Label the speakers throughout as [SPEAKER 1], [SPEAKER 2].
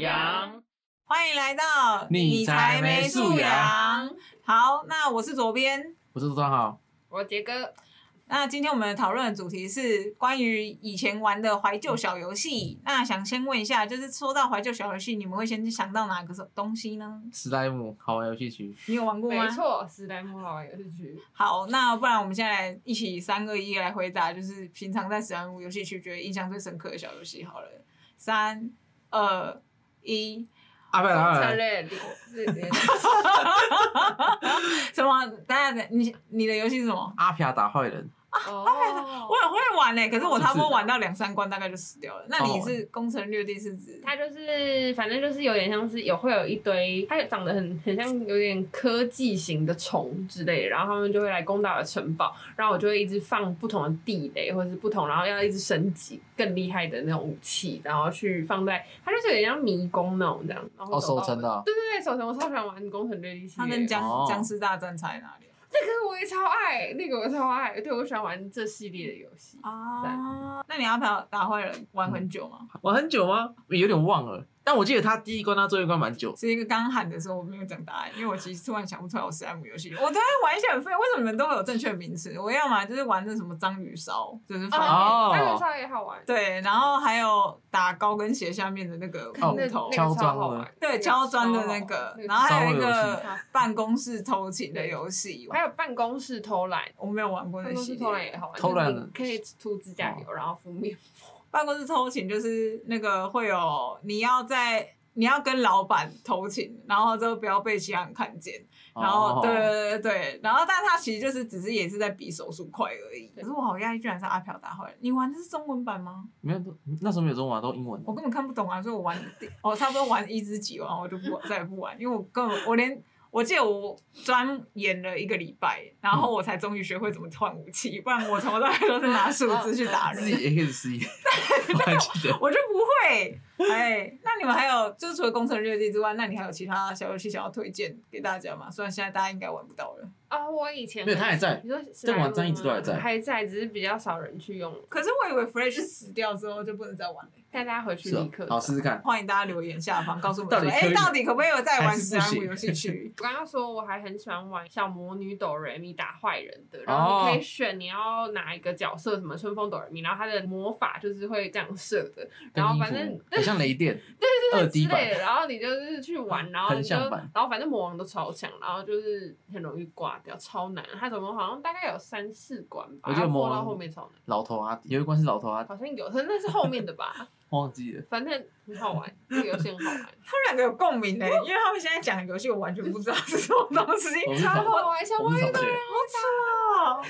[SPEAKER 1] 养，
[SPEAKER 2] 欢迎来到
[SPEAKER 1] 你才没素养。
[SPEAKER 2] 好，那我是左边。
[SPEAKER 1] 我是朱庄豪。
[SPEAKER 3] 我杰哥，
[SPEAKER 2] 那今天我们讨论的主题是关于以前玩的怀旧小游戏。那想先问一下，就是说到怀旧小游戏，你们会先想到哪个什东西呢？
[SPEAKER 1] 史莱姆好玩游戏区，
[SPEAKER 2] 你有玩过吗
[SPEAKER 3] 没？错，史莱姆好玩游戏区，
[SPEAKER 2] 好，那不然我们现在来一起三二一来回答，就是平常在史莱姆游戏区觉得印象最深刻的小游戏。好了，三二一，
[SPEAKER 1] 阿贝
[SPEAKER 3] 公
[SPEAKER 1] 拉
[SPEAKER 3] 车
[SPEAKER 1] 尔
[SPEAKER 3] 类里是连
[SPEAKER 2] 什么？等一下，你你的游戏是什么？
[SPEAKER 1] 阿皮亚打坏人，
[SPEAKER 3] 哦
[SPEAKER 2] 我，很会玩呢、欸可是我差不多
[SPEAKER 1] 就是
[SPEAKER 2] 玩到两三关，大概就死掉了。那
[SPEAKER 1] 好
[SPEAKER 2] 你
[SPEAKER 1] 玩
[SPEAKER 2] 是攻城略地是指？
[SPEAKER 3] 它就是反正就是有点像是有会有一堆，它长得很很像有点科技型的虫之类的，然后他们就会来攻打我的城堡，然后我就会一直放不同的地雷或者是不同，然后要一直升级更厉害的那种武器，然后去放在它就是有点像迷宫那种这样，然后
[SPEAKER 1] 哦，
[SPEAKER 3] 走
[SPEAKER 1] 手
[SPEAKER 3] 到
[SPEAKER 1] 撑的哦，
[SPEAKER 3] 对对对，手城我超喜欢玩工程略地系
[SPEAKER 2] 它
[SPEAKER 3] 列
[SPEAKER 2] 跟
[SPEAKER 3] 的，
[SPEAKER 2] 僵、
[SPEAKER 1] 哦
[SPEAKER 2] 僵尸大战差在哪里？
[SPEAKER 3] 那个我也超爱，那个我超爱，对我喜欢玩这系列的游戏。
[SPEAKER 2] 啊，那你要不要打坏人玩很久吗？
[SPEAKER 1] 玩很久吗？有点忘了，但我记得他第一关到最后一关蛮久。
[SPEAKER 2] 是一个刚喊的时候我没有讲答案，因为我其实突然想不出来我史莱姆游戏，我突然玩一些很废，为什么你们都会有正确名词？我要么就是玩那什么章鱼烧，就是放、
[SPEAKER 1] 哦
[SPEAKER 3] 那个超也好玩，
[SPEAKER 2] 对，然后还有打高跟鞋下面的那个
[SPEAKER 3] 那
[SPEAKER 1] 哦
[SPEAKER 2] 木
[SPEAKER 3] 那个
[SPEAKER 2] 头，
[SPEAKER 3] 超
[SPEAKER 1] 敲砖
[SPEAKER 3] 好
[SPEAKER 1] 的
[SPEAKER 3] 玩，
[SPEAKER 2] 对，敲砖的那个，然后还有一个办公室偷情的游戏，
[SPEAKER 3] 还有办公室偷懒，
[SPEAKER 2] 我没有玩过那
[SPEAKER 3] 办
[SPEAKER 2] 系
[SPEAKER 3] 公
[SPEAKER 2] 列
[SPEAKER 3] 室偷懒也好玩，
[SPEAKER 1] 偷懒哦
[SPEAKER 3] 就是你可以涂指甲油，然后敷面膜。
[SPEAKER 2] 办公室偷情就是那个会有你要在你要跟老板偷情，然后就不要被其他人看见，然后、
[SPEAKER 1] 哦
[SPEAKER 2] 对对对对，然后但他其实就是只是也是在比手速快而已。可
[SPEAKER 3] 对
[SPEAKER 2] 是我好讶异，居然是阿飘打坏了。你玩的是中文版吗？
[SPEAKER 1] 没有那时候没有中文啊，都英文的
[SPEAKER 2] 我。根本看不懂啊，所以我玩我差不多玩一至几玩，我就不玩再也不玩，因为我根本我连。我记得我钻研了一个礼拜，然后我才终于学会怎么换武器，不然我从头到尾都是拿数字去打人。
[SPEAKER 1] 自己也可以失忆， 我还记得。
[SPEAKER 2] 我就不会。哎，那你们还有就是除了工程略地之外，那你还有其他小游戏想要推荐给大家吗？虽然现在大家应该玩不到了，
[SPEAKER 3] 啊，我以前
[SPEAKER 1] 没有，他还在。
[SPEAKER 3] 你说
[SPEAKER 1] 这个网站一直都还在
[SPEAKER 3] 还在，只是比较少人去用，
[SPEAKER 2] 可是我以为 Flash 死掉之后就不能再玩了。
[SPEAKER 3] 带大家回去
[SPEAKER 1] 是
[SPEAKER 3] 立
[SPEAKER 1] 哦
[SPEAKER 3] 刻。？
[SPEAKER 1] 好试试看。
[SPEAKER 2] 欢迎大家留言下方告诉我
[SPEAKER 1] 到
[SPEAKER 2] 们
[SPEAKER 1] 底
[SPEAKER 2] 说，
[SPEAKER 1] 可
[SPEAKER 2] 哎，
[SPEAKER 1] 以
[SPEAKER 2] 到底可不可以有再
[SPEAKER 1] 还
[SPEAKER 2] 玩
[SPEAKER 1] 是不
[SPEAKER 2] 史莱姆
[SPEAKER 1] 行
[SPEAKER 2] 游戏区
[SPEAKER 3] 我刚刚说我还很喜欢玩小魔女哆瑞咪打坏人的，然
[SPEAKER 1] 哦
[SPEAKER 3] 后你可以选你要哪一个角色，什么春风哆瑞咪，然后它的魔法就是会这样射的，然后反
[SPEAKER 1] 跟
[SPEAKER 3] 正
[SPEAKER 1] 衣服很像雷电，二
[SPEAKER 3] 对
[SPEAKER 1] D
[SPEAKER 3] 之
[SPEAKER 1] 版
[SPEAKER 3] 类的，然后你就是去玩，然后
[SPEAKER 1] 横
[SPEAKER 3] 你就
[SPEAKER 1] 向版
[SPEAKER 3] 然后反正魔王都超强，然后就是很容易挂掉，超难。它总共好像大概有三四关吧，
[SPEAKER 1] 我记得
[SPEAKER 3] 要
[SPEAKER 1] 魔
[SPEAKER 3] 过
[SPEAKER 1] 王
[SPEAKER 3] 到后面超难，
[SPEAKER 1] 老头阿迪有一关是老头阿迪，
[SPEAKER 3] 好像有，但那是后面的吧，
[SPEAKER 1] 忘记了。
[SPEAKER 3] 反正很好玩，这个游戏很好玩。
[SPEAKER 2] 他们两个有共鸣呢，因为他们现在讲的游戏我完全不知道是什么东西。
[SPEAKER 1] 我们是
[SPEAKER 3] 超
[SPEAKER 1] 同
[SPEAKER 3] 好玩，小
[SPEAKER 1] 我
[SPEAKER 3] 魔
[SPEAKER 1] 们
[SPEAKER 3] 女
[SPEAKER 1] 是
[SPEAKER 3] 哆
[SPEAKER 1] 同
[SPEAKER 3] 瑞
[SPEAKER 1] 学
[SPEAKER 3] 咪，
[SPEAKER 2] 啊！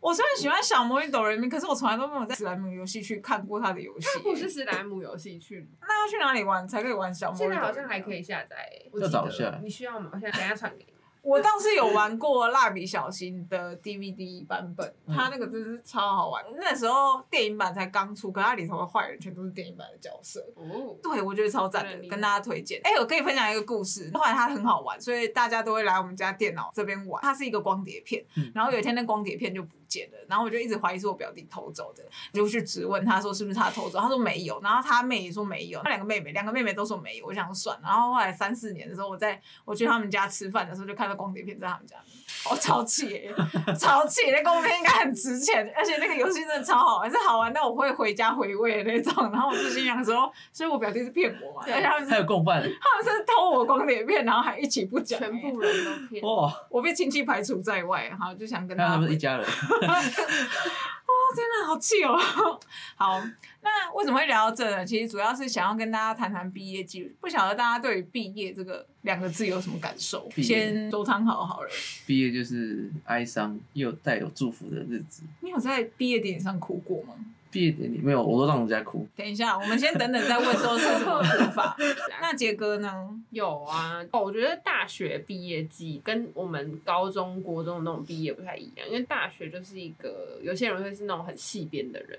[SPEAKER 2] 我虽然喜欢小魔女斗人民，可是我从来都没有在史莱姆游戏区看过他的游戏。欸
[SPEAKER 3] 它不是史莱姆游戏去
[SPEAKER 2] 那要去哪里玩才可以玩小魔
[SPEAKER 3] 现
[SPEAKER 2] 女？
[SPEAKER 3] 在好像还可。以下载、欸，我
[SPEAKER 1] 要
[SPEAKER 3] 记
[SPEAKER 1] 找
[SPEAKER 3] 得
[SPEAKER 1] 一下
[SPEAKER 3] 你需要吗？我现在等一下传给你。
[SPEAKER 2] 我倒是有玩过《蜡笔小新》的 DVD 版本，
[SPEAKER 1] 嗯
[SPEAKER 2] 它那个真是超好玩。那时候电影版才刚出，可它里头的坏人全都是电影版的角色。
[SPEAKER 3] 哦，
[SPEAKER 2] 对，我觉得超赞
[SPEAKER 3] 真的
[SPEAKER 2] 的，
[SPEAKER 3] 厉害
[SPEAKER 2] 跟大家推荐。哎、我可以分享一个故事，后来它很好玩，所以大家都会来我们家电脑这边玩。它是一个光碟片
[SPEAKER 1] 嗯，
[SPEAKER 2] 然后有一天那光碟片就不见了，然后我就一直怀疑是我表弟偷走的，就去质问他说是不是他偷走，他说没有，然后他妹也说没有，他两个妹妹两个妹妹都说没有，我想说算了。然后后来三四年的时候，我在我去他们家吃饭的时候，就看到光碟片在他们家，我、超气、耶超气！那光碟片应该很值钱，而且那个游戏真的超好玩，是好玩到我会回家回味的那种。然后我就心想说，所以我表弟是骗我嘛，
[SPEAKER 3] 对
[SPEAKER 2] 而且他们是
[SPEAKER 1] 还有共 犯，
[SPEAKER 2] 他们是偷我光碟片，然后还一起不讲、
[SPEAKER 3] 全
[SPEAKER 2] 哎
[SPEAKER 3] 部人都骗。
[SPEAKER 1] 哇，
[SPEAKER 2] 我被亲戚排除在外，好就想跟
[SPEAKER 1] 看
[SPEAKER 2] 大
[SPEAKER 1] 他
[SPEAKER 2] 家
[SPEAKER 1] 们
[SPEAKER 2] 回
[SPEAKER 1] 是一家人。
[SPEAKER 2] 真的好气哦！好，那为什么会聊到这呢？其实主要是想要跟大家谈谈毕业季，不晓得大家对于“毕业”这个两个字有什么感受？
[SPEAKER 1] 毕业
[SPEAKER 2] 先周汤豪好了，
[SPEAKER 1] 毕业就是哀伤又带有祝福的日子。
[SPEAKER 2] 你有在毕业典礼上哭过吗？
[SPEAKER 1] 毕业典礼没有，我都让人家哭。
[SPEAKER 2] 等一下，我们先等等再问说是什么哭法。那杰哥呢？
[SPEAKER 3] 有啊，哦，我觉得大学毕业季跟我们高中、国中的那种毕业不太一样，因为大学就是一个有些人会是那种很细边的人，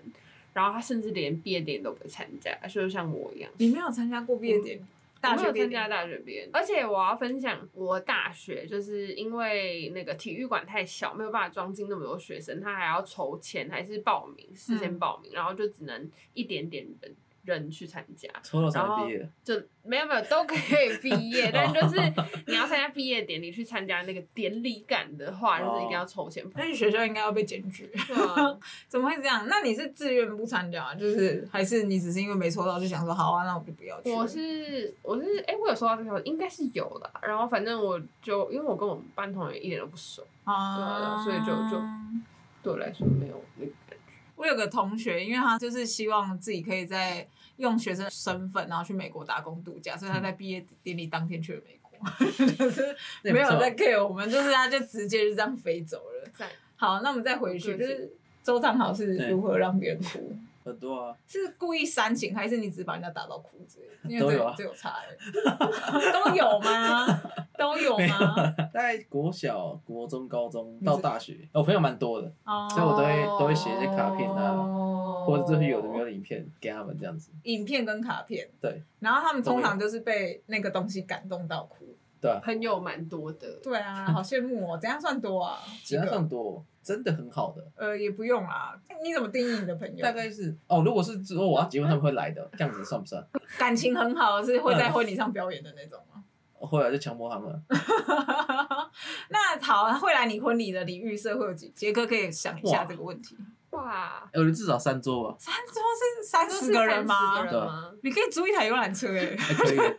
[SPEAKER 3] 然后他甚至连毕业典礼都不会参加，就像我一样。
[SPEAKER 2] 你没有参加过毕业典礼？大
[SPEAKER 3] 我
[SPEAKER 2] 学
[SPEAKER 3] 没
[SPEAKER 2] 毕
[SPEAKER 3] 有
[SPEAKER 2] 业
[SPEAKER 3] 参
[SPEAKER 2] 典
[SPEAKER 3] 加
[SPEAKER 2] 礼
[SPEAKER 3] 大学毕业，而且我要分享我大学，就是因为那个体育馆太小，没有办法装进那么多
[SPEAKER 2] 嗯
[SPEAKER 3] 学生，他还要筹钱，还是报名事先报名，然后就只能一点点人，人去参加，
[SPEAKER 1] 从头才
[SPEAKER 3] 然后
[SPEAKER 1] 毕业，
[SPEAKER 3] 就没有没有都可 以毕业，但就是你要参加毕业典礼去参加那个典礼感的话，就是一定
[SPEAKER 2] 哦
[SPEAKER 3] 要抽签。
[SPEAKER 2] 那你学校应该要被检举，
[SPEAKER 3] 对啊
[SPEAKER 2] 怎么会这样？那你是自愿不参加，就是还是你只是因为没抽到就想说好啊，那我就不要去？
[SPEAKER 3] 我是我是哎、我有收到这条，应该是有的。啊然后反正我就因为我跟我们班同学一点都不熟，
[SPEAKER 2] 啊，
[SPEAKER 3] 对啊所以就就对我来说没有那个感觉。
[SPEAKER 2] 我有个同学，因为他就是希望自己可以在用学生身份，然后去美国打工度假，所以他
[SPEAKER 3] 嗯
[SPEAKER 2] 在毕业典礼当天去了美 国，就是
[SPEAKER 1] 那也
[SPEAKER 2] 没
[SPEAKER 1] 不
[SPEAKER 2] 有
[SPEAKER 1] 错
[SPEAKER 2] 在 care 我们，就是他就直接就这样飞走了。
[SPEAKER 3] 在
[SPEAKER 2] 好，那我们再回去，就
[SPEAKER 3] 对
[SPEAKER 2] 是周汤豪是
[SPEAKER 1] 对
[SPEAKER 2] 如何让别人哭？
[SPEAKER 1] 很多 啊，
[SPEAKER 2] 是故意煽情，还是你只把人家打到哭之类的？因为
[SPEAKER 1] 都
[SPEAKER 2] 这
[SPEAKER 1] 有
[SPEAKER 2] 有
[SPEAKER 1] 啊
[SPEAKER 2] 这有差欸， 都有吗？都有
[SPEAKER 1] 没有
[SPEAKER 2] 吗？
[SPEAKER 1] 大概国小、国中、高中到大学，我朋友蛮多的，
[SPEAKER 2] 哦，
[SPEAKER 1] 所以我都会都会写一些卡片啊，
[SPEAKER 2] 哦
[SPEAKER 1] 或者就是有的没有的影片给他们这样子。
[SPEAKER 2] 影片跟卡片，
[SPEAKER 1] 对
[SPEAKER 2] 然后他们通常就是被那个东西感动到哭。
[SPEAKER 1] 对啊，
[SPEAKER 3] 朋友蛮多的，
[SPEAKER 2] 对啊，好羡慕哦！怎样算 多啊？
[SPEAKER 1] 其他上多真的很好的，
[SPEAKER 2] 呃，也不用啦。你怎么定义你的朋友？
[SPEAKER 1] 大概是哦，如果是之后我要结婚他们会来的，这样子算不算？
[SPEAKER 2] 感情很好，是会在婚礼上表演的那种吗？
[SPEAKER 1] 后来就强迫他们了，
[SPEAKER 2] 那好，会来你婚礼的，你预设会有几？杰哥可以想一下
[SPEAKER 1] 哇
[SPEAKER 2] 这个问题。
[SPEAKER 3] 哇，
[SPEAKER 1] 哎我觉得至少三桌吧，
[SPEAKER 2] 三桌是三
[SPEAKER 3] 都
[SPEAKER 2] 十
[SPEAKER 3] 是
[SPEAKER 2] 个人
[SPEAKER 3] 30
[SPEAKER 2] 吗？
[SPEAKER 3] 个人吗？
[SPEAKER 2] 你可以租一台游览车 哎、
[SPEAKER 1] 还 可以。
[SPEAKER 3] 这个人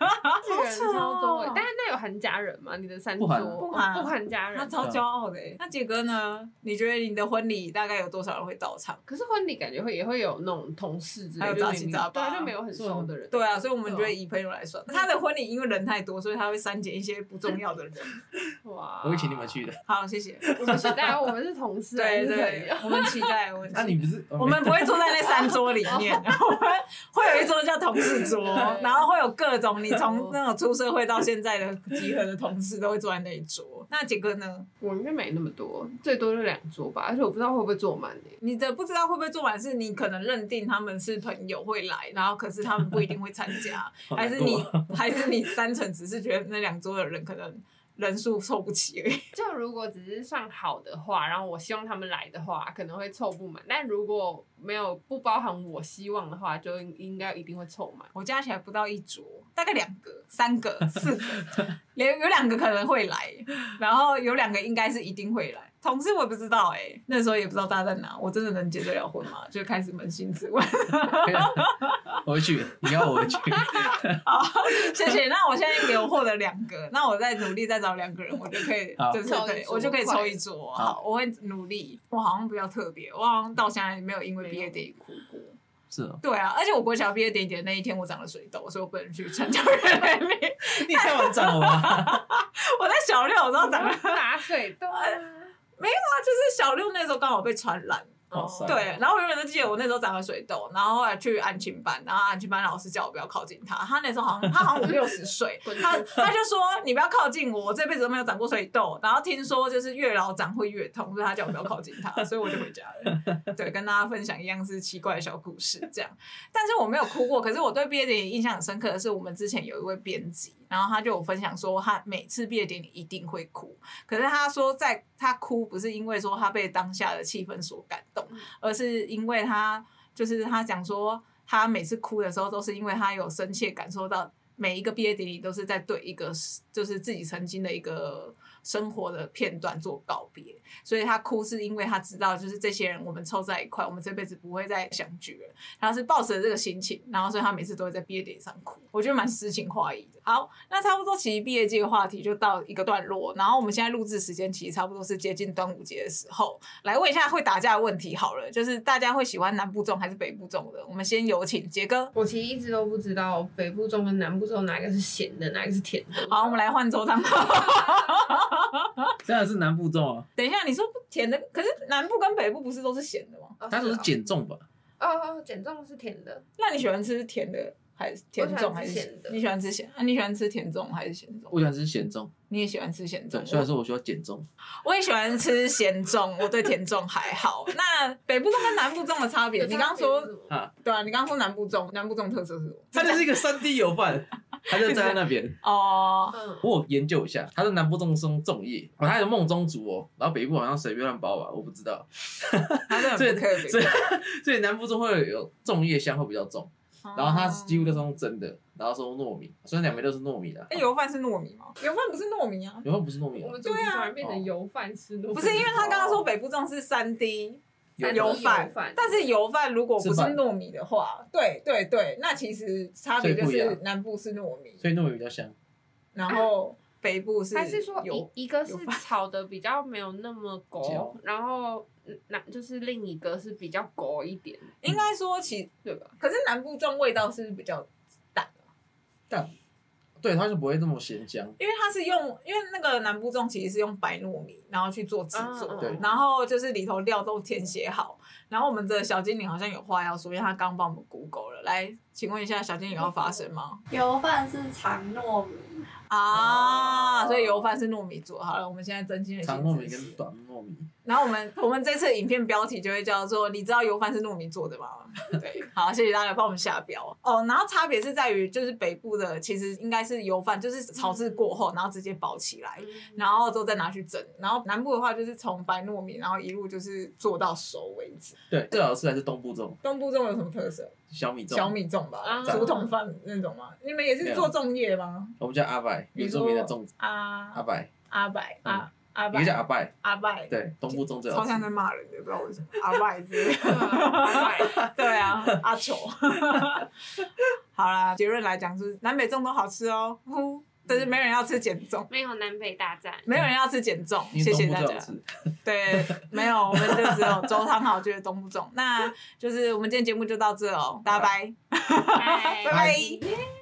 [SPEAKER 2] 扯哦
[SPEAKER 3] 超多欸，但是那有含家人吗？你的三
[SPEAKER 1] 不
[SPEAKER 3] 桌
[SPEAKER 1] 含
[SPEAKER 3] 哦
[SPEAKER 2] 不含
[SPEAKER 3] 不含家
[SPEAKER 2] 他
[SPEAKER 3] 人。
[SPEAKER 2] 超骄傲的、欸。那杰哥呢？你觉得你的婚礼大概有多少人会到场？
[SPEAKER 3] 可是婚礼感觉会也会有那种同事之
[SPEAKER 2] 还
[SPEAKER 3] 类，
[SPEAKER 2] 有
[SPEAKER 3] 就
[SPEAKER 2] 杂
[SPEAKER 3] 是
[SPEAKER 2] 七
[SPEAKER 3] 你
[SPEAKER 2] 杂
[SPEAKER 3] 对
[SPEAKER 2] 八
[SPEAKER 3] 啊，就没有很熟的人。
[SPEAKER 2] 对啊，所以我们觉
[SPEAKER 3] 对啊
[SPEAKER 2] 得以朋友来算，他的婚礼因为人太多，所以他会删减一些不重要的人。
[SPEAKER 3] 哇，
[SPEAKER 1] 我会请你们，去的，
[SPEAKER 2] 好，谢 谢。
[SPEAKER 3] 我们是大家我们是同事，还
[SPEAKER 2] 对
[SPEAKER 3] 是朋
[SPEAKER 2] 对
[SPEAKER 3] 友，
[SPEAKER 2] 我们期待，我
[SPEAKER 1] 那
[SPEAKER 2] 们期待。
[SPEAKER 1] 啊你不是哦
[SPEAKER 2] 我们不会坐在那三桌 里面，我们会有一桌叫同事桌，
[SPEAKER 3] 对
[SPEAKER 2] 然后会有各种你从那种出社会到现在的集合的同事都会坐在那一 桌。那杰哥呢？
[SPEAKER 3] 我应该没那么多，最多就两桌吧，而且我不知道会不会坐满呢。
[SPEAKER 2] 你的不知道会不会做完是你可能认定他们是朋友会来，然后可是他们不一定会参 加，
[SPEAKER 1] 好
[SPEAKER 2] 还
[SPEAKER 1] 难
[SPEAKER 2] 是
[SPEAKER 1] 过
[SPEAKER 2] 你还是你单纯只是觉得那两桌的人可能人数凑不齐而已。
[SPEAKER 3] 就如果只是算好的话，然后我希望他们来的话，可能会凑不满；但如果没有不包含我希望的话，就应应该一定会凑满。
[SPEAKER 2] 我加起来不到一桌，大概两个、三个、四个，连有两个可能会来，然后有两个应该是一定会来。同事我也不知道哎、那时候也不知道大家在哪，我真的能结得了婚吗？就开始扪心自问。
[SPEAKER 1] 我会去的，你要我 会去，
[SPEAKER 2] 好，谢谢。那我现在有获得两个，那我再努力再找两个人，我就可以，
[SPEAKER 1] 好
[SPEAKER 2] 就是
[SPEAKER 3] 抽一
[SPEAKER 2] 对
[SPEAKER 3] 桌
[SPEAKER 2] 我就可以
[SPEAKER 3] 快
[SPEAKER 2] 抽一桌。
[SPEAKER 1] 好
[SPEAKER 2] 好，我会努力。我好像比较特别，我好像到现在没有因为毕业典礼哭过。
[SPEAKER 1] 是哦，
[SPEAKER 2] 对啊，而且我国小毕业典礼的那一天，我长了水痘，所以我不能去参加毕 业典礼。
[SPEAKER 1] 你太晚长了吧？
[SPEAKER 2] 我在小六，我知道长了，
[SPEAKER 3] 打水痘啊，
[SPEAKER 2] 就是小六那时候刚好被传染。
[SPEAKER 3] 哦
[SPEAKER 1] 哇塞
[SPEAKER 2] 对，然后我永远都记得我那时候长了水痘，然后后来去安亲班，然后安亲班老师叫我不要靠近他，他那时候好像他好像五六十岁，
[SPEAKER 3] 滚
[SPEAKER 2] 他他就说你不要靠近我，我这辈子都没有长过水痘，然后听说就是越老长会越痛，所以他叫我不要靠近他，所以我就回家了。对，跟大家分享一样是奇怪的小故事这样，但是我没有哭过，可是我对毕业典礼印象很深刻的是，我们之前有一位编辑，然后他就有分享说他每次毕业典礼一定会哭，可是他说在他哭不是因为说他被当下的气氛所感动，而是因为他就是他讲说，他每次哭的时候都是因为他有深切感受到每一个毕业典礼都是在对一个就是自己曾经的一个生活的片段做告别，所以他哭是因为他知道就是这些人我们凑在一块，我们这辈子不会再相聚了，然后是抱着这个心情，然后所以他每次都会在毕业典礼上哭，我觉得蛮诗情画意的。好，那差不多其实毕业季的话题就到一个段落，然后我们现在录制时间其实差不多是接近端午节的时候，来问一下会打架的问题好了，就是大家会喜欢南部粽还是北部粽的？我们先有请杰哥。
[SPEAKER 3] 我其实一直都不知道北部粽跟南部粽哪个是咸的，哪个是甜的。
[SPEAKER 2] 好，我们来换周汤。
[SPEAKER 1] 真的是南部粽啊，
[SPEAKER 2] 等一下，你说不甜的，可是南部跟北部不是都是咸的吗？
[SPEAKER 3] 哦。
[SPEAKER 1] 他说是
[SPEAKER 3] 啊
[SPEAKER 1] 减重吧？
[SPEAKER 3] 哦哦，减重是甜的，
[SPEAKER 2] 那你喜欢吃甜的还是甜粽还是
[SPEAKER 3] 我喜欢吃咸的
[SPEAKER 2] 你喜欢吃咸？啊，你喜欢吃甜粽还是咸粽？
[SPEAKER 1] 我喜欢吃咸粽，
[SPEAKER 2] 你也喜欢吃咸
[SPEAKER 1] 对，虽然
[SPEAKER 2] 粽，
[SPEAKER 1] 说我需要减重，
[SPEAKER 2] 我我也喜欢吃咸粽，我对甜粽还好。那北部粽跟南部粽的差别，你刚刚说对啊，你刚刚说南部粽，南部粽特色是什么？
[SPEAKER 1] 它就是一个三 D 油饭，它就站在那边。
[SPEAKER 2] 哦，
[SPEAKER 3] 嗯，
[SPEAKER 1] 我有研究一下，它是南部粽中粽叶，哦，它有梦中族哦，然后北部好像随便乱包吧，我不知道，
[SPEAKER 2] 它是很
[SPEAKER 1] 所以
[SPEAKER 2] 不特别
[SPEAKER 1] 所以所以南部粽会有粽叶香会比较重，
[SPEAKER 2] 哦
[SPEAKER 1] 然后它几乎都是用蒸的，然后是用糯米，虽然两边都是糯米的。
[SPEAKER 2] 哎，油饭是糯米吗？油饭不是糯米啊，
[SPEAKER 1] 有没有不是糯米
[SPEAKER 3] 我
[SPEAKER 1] 啊？
[SPEAKER 3] 们主题
[SPEAKER 2] 对啊
[SPEAKER 3] 突然变成油饭吃糯米，
[SPEAKER 2] 不是，因为他刚刚
[SPEAKER 1] 哦
[SPEAKER 2] 说北部粽是三 D 油
[SPEAKER 3] 饭
[SPEAKER 2] 饭，，但是油饭如果不
[SPEAKER 1] 是
[SPEAKER 2] 是
[SPEAKER 1] 饭
[SPEAKER 2] 糯米的话，对对对，那其实差别就
[SPEAKER 1] 所以不一
[SPEAKER 2] 是
[SPEAKER 1] 样
[SPEAKER 2] 南部是糯米，
[SPEAKER 1] 所以糯米比较香。
[SPEAKER 2] 然后北部是
[SPEAKER 3] 还是说
[SPEAKER 2] 油
[SPEAKER 3] 一一个
[SPEAKER 2] 有
[SPEAKER 3] 是
[SPEAKER 2] 饭
[SPEAKER 3] 炒的比较没有 那么
[SPEAKER 1] 焦
[SPEAKER 3] 狗，然后嗯那就是另一个是比较狗一点，
[SPEAKER 2] 应该说其
[SPEAKER 3] 对吧？
[SPEAKER 2] 可是南部粽味道是不是比较淡啊？
[SPEAKER 1] 对，它就不会那么咸香。
[SPEAKER 2] 因为它是用，因为那个南部粽其实是用白糯米，然后去做制作，
[SPEAKER 3] 嗯嗯
[SPEAKER 1] 对
[SPEAKER 2] 然后就是里头料都填写好。然后我们的小精灵好像有话要说，因为他刚帮我们 Google 了。来，请问一下，小精灵要发声吗？
[SPEAKER 4] 油饭是长糯米，
[SPEAKER 2] 啊，所以油饭是糯米做好了。我们现在真心的
[SPEAKER 1] 长糯米跟短糯米，
[SPEAKER 2] 然后我们我们这次影片标题就会叫做“你知道油饭是糯米做的吗？” 对，好，谢谢大家帮我们下标哦。然后差别是在于，就是北部的其实应该是油饭，就是炒制过后，然后直接包起来，然后之后再拿去蒸。然后南部的话就是从白糯米，然后一路就是做到熟为止。
[SPEAKER 1] 对，最好吃还是东部粽、
[SPEAKER 2] 东部粽有什么特色？
[SPEAKER 1] 小米粽。
[SPEAKER 2] 小米粽吧，
[SPEAKER 3] 啊
[SPEAKER 2] 竹筒饭那种吗？你们也是做粽叶吗？
[SPEAKER 1] 我们叫阿拜，
[SPEAKER 2] 你
[SPEAKER 1] 原
[SPEAKER 2] 说
[SPEAKER 1] 住民的粽子，阿
[SPEAKER 2] 阿
[SPEAKER 1] 拜，
[SPEAKER 2] 啊阿百
[SPEAKER 1] 嗯
[SPEAKER 2] 阿阿
[SPEAKER 1] 一个叫阿
[SPEAKER 2] 百
[SPEAKER 1] 拜，
[SPEAKER 2] 阿百，
[SPEAKER 1] 对，啊东部粽最好
[SPEAKER 2] 超
[SPEAKER 1] 吃。
[SPEAKER 2] 像在骂人的，不知道为什么阿百之类的。
[SPEAKER 3] 对
[SPEAKER 2] 对啊，阿丑。 好啦，结论来讲是南北粽都好吃哦，呼，但是没人要吃减重。
[SPEAKER 3] 没有南北大战，
[SPEAKER 2] 没有人要吃减重，
[SPEAKER 1] 因嗯
[SPEAKER 2] 谢
[SPEAKER 1] 为东
[SPEAKER 2] 谢
[SPEAKER 1] 部
[SPEAKER 2] 大
[SPEAKER 1] 最
[SPEAKER 2] 家
[SPEAKER 1] 好。吃。
[SPEAKER 2] 对，没有，我们就只有周汤好就是东部粽。那就是我们今天节目就到这哦，大家拜。
[SPEAKER 3] 拜
[SPEAKER 2] 拜拜
[SPEAKER 3] 耶